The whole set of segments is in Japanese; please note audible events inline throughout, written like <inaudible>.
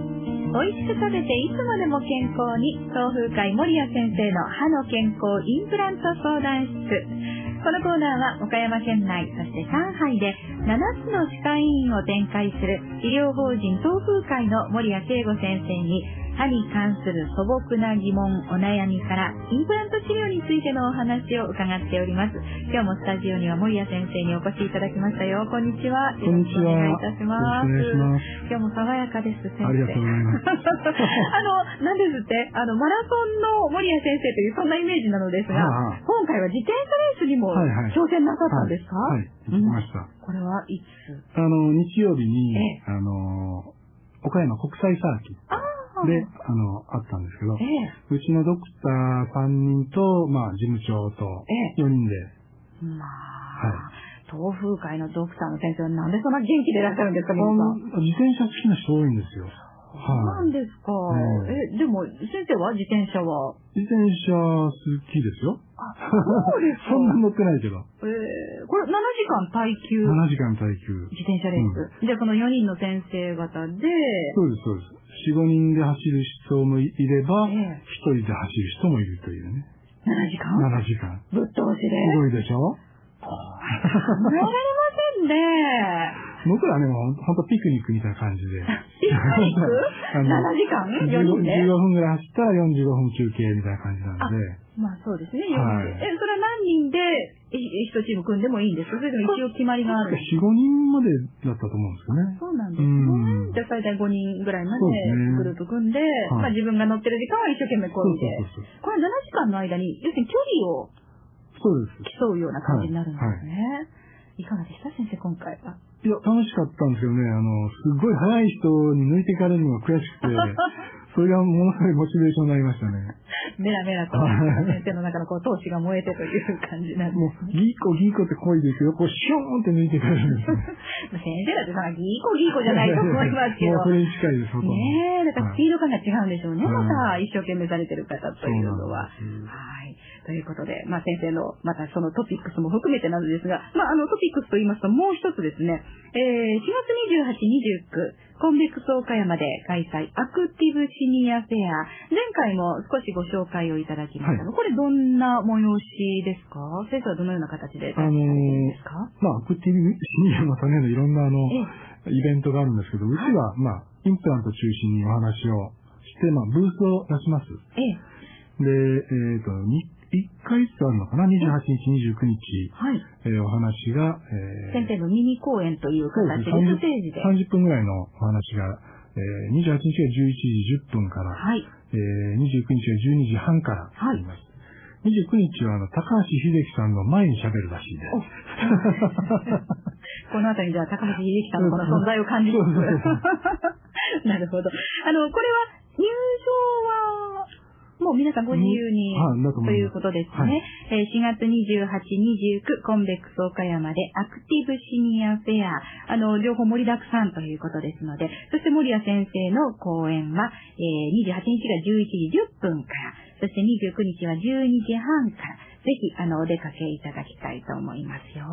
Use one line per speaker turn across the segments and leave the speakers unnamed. しく食べていつまでも健康に、東風会守谷先生の歯の健康インプラント相談室。このコーナーは岡山県内、そして上海で7つの歯科医院を展開する医療法人東風会の森谷慶吾先生に歯に関する素朴な疑問、お悩みからインプラント治療についてのお話を伺っております。今日もスタジオには森谷先生にお越しいただきましたよ。こんにちは。
こんにちは。
よろしくお願いいたします。
よろしくお願いします。
今日も爽やかです、先生。
ありがとうござ
あの、
います。
なんですって、あの、マラソンの守谷先生というそんなイメージなのですが、
はあはあ
今回は自転車レースにも
はいはい
挑戦なさったんですか、
はい、はい行きました。
これはいつ
あの、日曜日に
え、
あの、岡山国際サーキッ
あ
トで、あの、あったんですけど
え、え、
うちのドクター3人と、まあ、事務長と
え
4人で、
まあ、
は
東風会のドクターの先生はなんでそんな元気でいらっしゃるんですか、
あ
皆さ
の
ん。
自転車好きな人多いんですよ。
そうな
は
ん
い。
ですか。
え
え、でも、先生は自転車は
自転車好きです
そ
よ。
うですか
そんな乗ってないけど。
えー、これ7時間耐久自
7時間耐久。
転車レース。じゃあこの4人の先生方で、
そうです、そうです。4、5人で走る人もいれば、
ええ
1人で走る人もいるというね。
7時間
7時間。。
ぶっ通しです
ごいでしょ
考えられませんね。
僕らね、もうほんとピクニックみたいな感じで。
ピクニック
<laughs> あ
?7
の
時間 ?4 人
15
で
分ぐらい走ったら45分休憩みたいな感じなんで。
まあそうですね、4
は
人
い
で。え、それは何人でい一チーム組んでもいいんですかそれでも一応決まりがあ
確
る
か。4、5人までだったと思うんですよね。
そうなんです
う
ね
ん。
じゃあ最大5人ぐらいま
そうですね
でグループ組んで、まあ
はい
自分が乗ってる時間は一生懸命
そ
こいうで。
そうそうそう。
これ7時間の間に、要するに距離を
そうです。
競うような感じになるんですね。いかがでした先生、今回は。
いや、楽しかったんですけどね、あの、すごい速い人に抜いていかれるのが悔し
<laughs>
くて、それがものすごいモチベーションになりましたね。
メラメラと、
はい
先生の中のこう、闘志が燃えてという感じなんですね
もう、ギーコギーコって声でいくよ、こう、シューンって抜いていかれるんですね。
先生だってさ、ギーコギーコじゃないと思いますけど
もう。それに近いです、ほとんど。
ねえ、だからス
はい
ピード感が違うんでしょうね、
はい
また一生懸命されてる方というのは。
そうなんです
はい。ということで、まあ先生の、またそのトピックスも含めてなのですが、まああのトピックスと言いますともう一つですね、えー、4月28、29、コンベックス岡山で開催、アクティブシニアフェア。前回も少しご紹介をいただきましたが、これどんな催しですか先生はどのような形で参加されてるんですか、
まあ、アクティブシニアのためのいろんなあの、イベントがあるんですけど、うちは、まあ、インプラント中心にお話をして、まあ、ブースを出します。
ええ、ええ、
で、えっ、と、に一回ずつあるのかな ?28 日、29日、
はい。
えーお話が、えー
先生のミニ公演という
そう
形
です
で、
ね
ステージで。
30分ぐらいのお話が、えー28日が11時10分から、
はい。
えー29日が12時半からあります。29日はあの高橋秀樹さんの前に喋るらしいです。
このあたりじゃあ、高橋秀樹さんのこの存在を感じます
そうそうそ。
なるほど。あの、これは、入場は、もう皆さんご自由に、
はいだと思い
とい
ます
うことですね。
はい
えー4月28、29、コンベックス岡山でアクティブシニアフェア。あの、情報盛りだくさんということですので、そして森谷先生の講演は、えー28日が11時10分から、そして29日は12時半から、ぜひ、あの、お出かけいただきたいと思いますよ。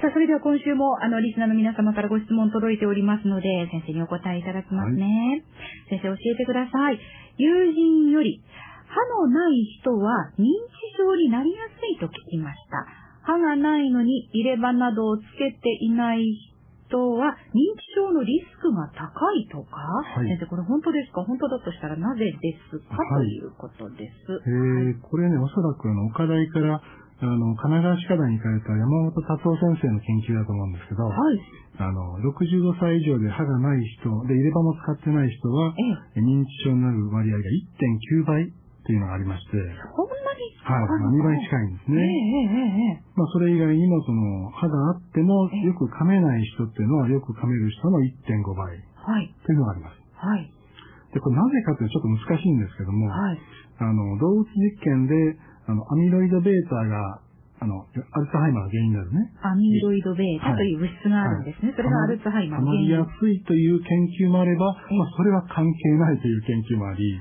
さあ、それでは今週も、あの、リスナーの皆様からご質問届いておりますので、先生にお答えいただきますね。先生、教えてください。友人より、歯のない人は認知症になりやすいと聞きました。歯がないのに入れ歯などをつけていない人は認知症のリスクが高いとか、
い
先生、これ本当ですか本当だとしたらなぜですか、
は
と
い
いうことです。
えーこれね、おそらくあの、岡大から、あの、神奈川歯科大に行かれた山本達夫先生の研究だと思うんですけど、
はい。
あの、65歳以上で歯がない人、で、入れ歯も使ってない人は、
ええ。
認知症になる割合が1.9倍っていうのがありまして、
そんなに
はい、まあ2倍近い
ええええええ
んですね。まあ、それ以外にも、その、歯があっても、
ええ
よく噛めない人っていうのは、よく噛める人の1.5倍
はい。
というのがあります。
はい。
で、これなぜかというとちょっと難しいんですけども、
はい。
あの、動物実験で、あの、アミロイド β が、あの、アルツハイマーの原因になるね。
アミロイド β という物質があるんですね。それがアルツハイマー
た
の
ま
原
り
因
や。すいという研究もあれば、まあ、それは関係ないという研究もあり、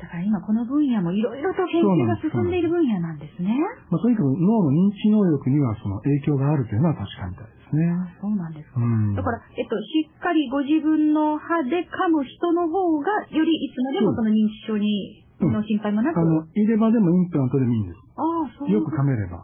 だから今この分野もいろいろと研究が進んでいる分野なんですね。
まあ、とにかく脳の認知能力にはその影響があるというのは確かみたいですね。
あそうなんですか。
うん
だから、えっと、しっかりご自分の歯で噛む人の方が、よりいつまでもその認知症に、
うん
の心配もなく、
あ
あ
の、入れ歯でもインプラントでもいいんです。
あ、そう。
よく
噛
噛めれば。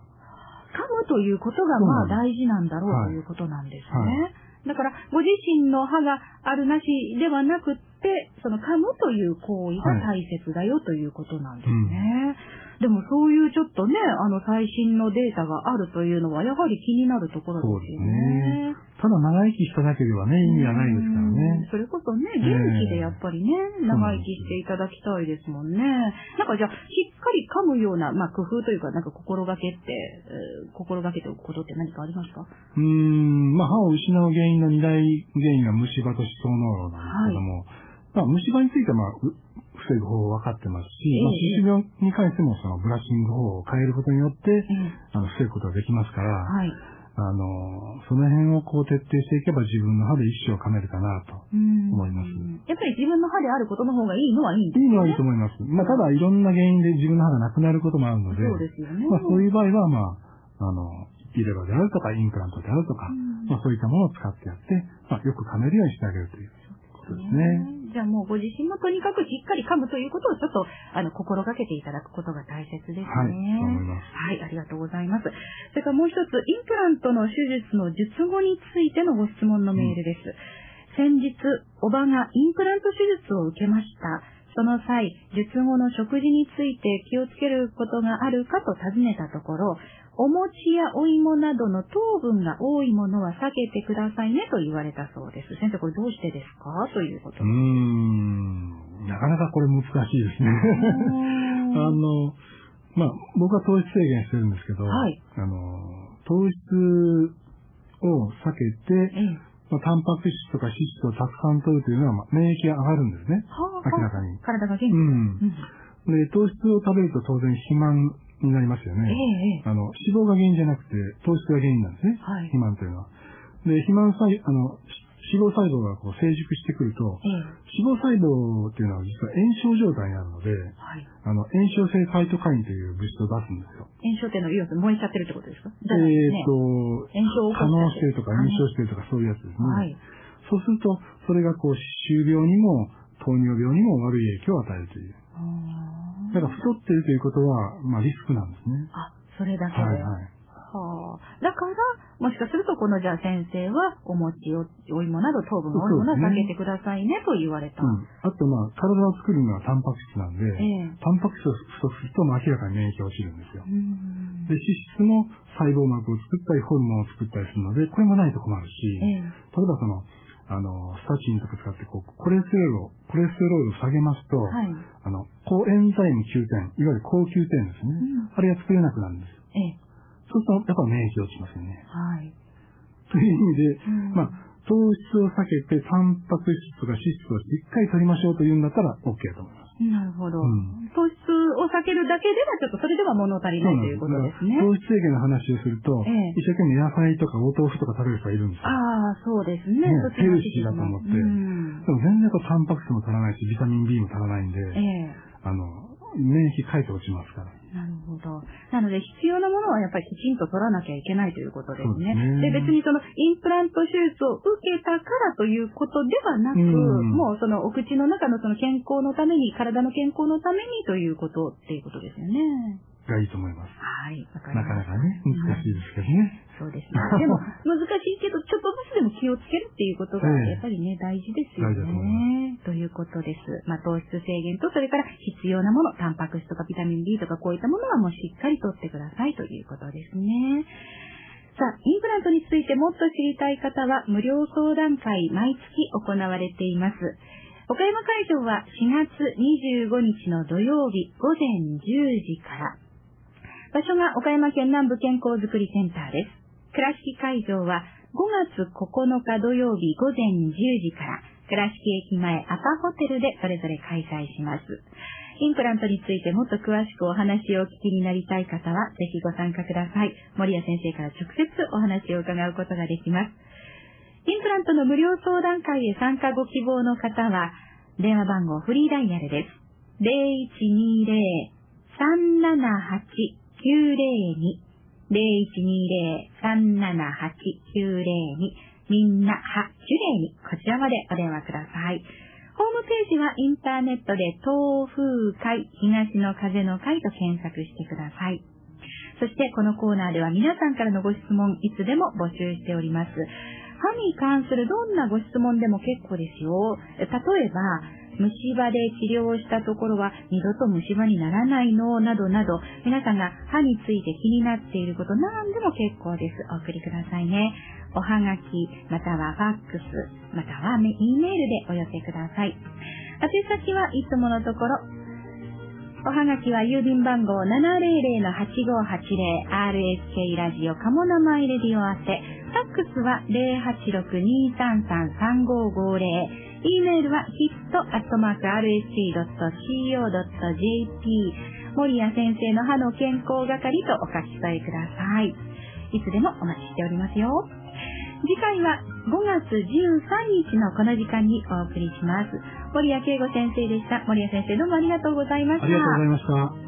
むということが、
そう
まあ
なんで
大
す
事なんだろう
はい
ということなんですね。
は
だから、ご自身の歯があるなしではなくって、その噛むという行為が大切だよということなんですね。でもそういうちょっとね、あの最新のデータがあるというのは、やはり気になるところですよ
そう
ね。
ただ長生きしただけではね、意味はないですか
う
ら
ん
ね。
それこそね、元気でやっぱりね、長生きしていただきたいですもんね。なんかじゃあ、しっかり噛むような、まあ工夫というか、なんか心がけって、えー心がけておくことって何かありますか
うーん、まあ歯を失う原因の二大原因が虫歯と歯槽膿漏なんですけども、まあ虫歯についてはまあ、う防ぐ方法分かってますし、まあ
ええ
歯周病に関してもそのブラッシング方法を変えることによって、あの、防ぐことができますから、
はい。
あの、その辺をこう徹底していけば自分の歯で一生噛めるかなと。
うん
思います
やっぱり自分の歯であることの方がいいのはいいんです
いいのはい
ね。
いと思います。まあ、ただいろんな原因で自分の歯がなくなることもあるので、
そうですよね。
まあ、そういう場合は、まあ、あの、入れ歯であるとか、インプラントであるとか、
うん
まあ、そういったものを使ってやって、まあ、よく噛めるようにしてあげるということですね。
ねじゃあもうご自身もとにかくしっかり噛むということをちょっと、あの、心がけていただくことが大切ですね。
はい、そう思います。
はい、ありがとうございます。それからもう一つ、インプラントの手術の術後についてのご質問のメールです。先日、おばがインプラント手術を受けました。その際、術後の食事について気をつけることがあるかと尋ねたところ、お餅やお芋などの糖分が多いものは避けてくださいねと言われたそうです。先生、これどうしてですかということ
うー。ん、なかなかこれ難しいですね。
<laughs>
あの、まあ、僕は糖質制限してるんですけど、
はい
あの、糖質を避けて、
ええ
まあ、タンパク質とか脂質をたくさん取るというのは、まあ、免疫が上がるんですね。
はあ
明らかに。
体が元気。
う。
うんん
で、糖質を食べると当然肥満になりますよ
ええ
ね。
ええ
あの、脂肪が原因じゃなくて、糖質が原因なんですね。
はい。
肥満というのは。で、肥満細、あの、し脂肪細胞がこう成熟してくると、
ええ
脂肪細胞っていうのは実は炎症状態になるので、
はい。
あの、炎症性サイトカインという物質を出すんですよ。
炎症っていうのは、要するに燃えちゃってるってことですか
えーっと、
炎症を起こ
可能
し
性とか炎症してるとかそういうやつですね。
はい。
そうすると、それがこう、歯周病にも、糖尿病にも悪い影響を与えるという。
あー
だから太ってるということは、まあリスクなんですね。
あ、それだけで。
はいはい。
はあだから、もしかすると、このじゃあ先生は、お餅を、お芋など糖分が多いものは
そう
避
で
け
すね
てくださいね、と言われた。
うん。あとまあ、体を作るのはタンパク質なんで、
ええ
タンパク質を不足すると、まあ明らかに免疫が落ちるんですよ
う。ん
で、脂質も細胞膜を作ったり、ホルモンを作ったりするので、これもないと困るし、
ええ
例えばその、あの、スタチンとか使って、こう、コレステロールを、コレステロールを下げますと、
はい。
あの、抗エンザイム9点、いわゆる抗9点ですね。
うん
あれが作れなくなるんです。
ええ
そうすると、やっぱ免疫落ちますよね。 <laughs>
はい。
という意味で、
うん
まあ、糖質を避けて、タンパク質とか脂質をしっかり取りましょうというんだったら OK だと思います。
なるほど。
うん
糖質を避けるだけでは、ちょっとそれでは物足りないということですね。
糖質制限の話をすると、
ええ
一生懸命野菜とかお豆腐とか食べる人がいるんですよ。
ああ、そうですね。
ね
そっちの方がいいですねうん
ヘルシーだと思ってでも全然こうタンパク質も足らないし、ビタミン B も足らないんで、
ええ
あの、免疫書いて落ちますから。
なるほど。なので、必要なものはやっぱりきちんと取らなきゃいけないということですね。
そうですね
で、別にそのインプラント手術を受けたからということではなく、
うん
もうそのお口の中のその健康のために、体の健康のためにということっていうことですよね。
がいいと思います。
はい、わかり
なか
ます。
なかね、難しいですけどね。
そう
<laughs>
ですね。でも、難しいけど、ちょっとずつでも気をつけるっていうことが、や
ええ
っぱりね、大事ですよ
大事だと思い
ね。ということです。まあ、糖質制限と、それから必要なもの、タンパク質とかビタミン D とか、こういったものはもうしっかりとってくださいということですね。さあ、インプラントについてもっと知りたい方は、無料相談会、毎月行われています。岡山会場は4月25日の土曜日午前10時から、場所が岡山県南部健康づくりセンターです。倉敷会場は5月9日土曜日午前10時から倉敷駅前アパホテルでそれぞれ開催します。インプラントについてもっと詳しくお話をお聞きになりたい方はぜひご参加ください。森谷先生から直接お話を伺うことができます。インプラントの無料相談会へ参加ご希望の方は電話番号フリーダイヤルです。 0120-378-902 0120-378-902みんなはキュレイにこちらまでお電話ください。ホームページはインターネットで東風会、東の風の会と検索してください。そしてこのコーナーでは皆さんからのご質問いつでも募集しております。歯に関するどんなご質問でも結構ですよ。例えば、虫歯で治療したところは二度と虫歯にならないのなどなど、皆さんが歯について気になっていること何でも結構です。お送りくださいね。おはがき、またはファックス、または E メールでお寄せください。宛先はいつものところ、おはがきは郵便番号 700-8580RSK ラジオカモ生イレディオ宛て、ファックスは086-233-3550、E メールは hit.rsk.co.jp 森谷先生の歯の健康係とお書き添えください。いつでもお待ちしておりますよ。次回は5月13日のこの時間にお送りします。森谷慶吾先生でした。森谷先生どうもありがとうございました。
ありがとうございました。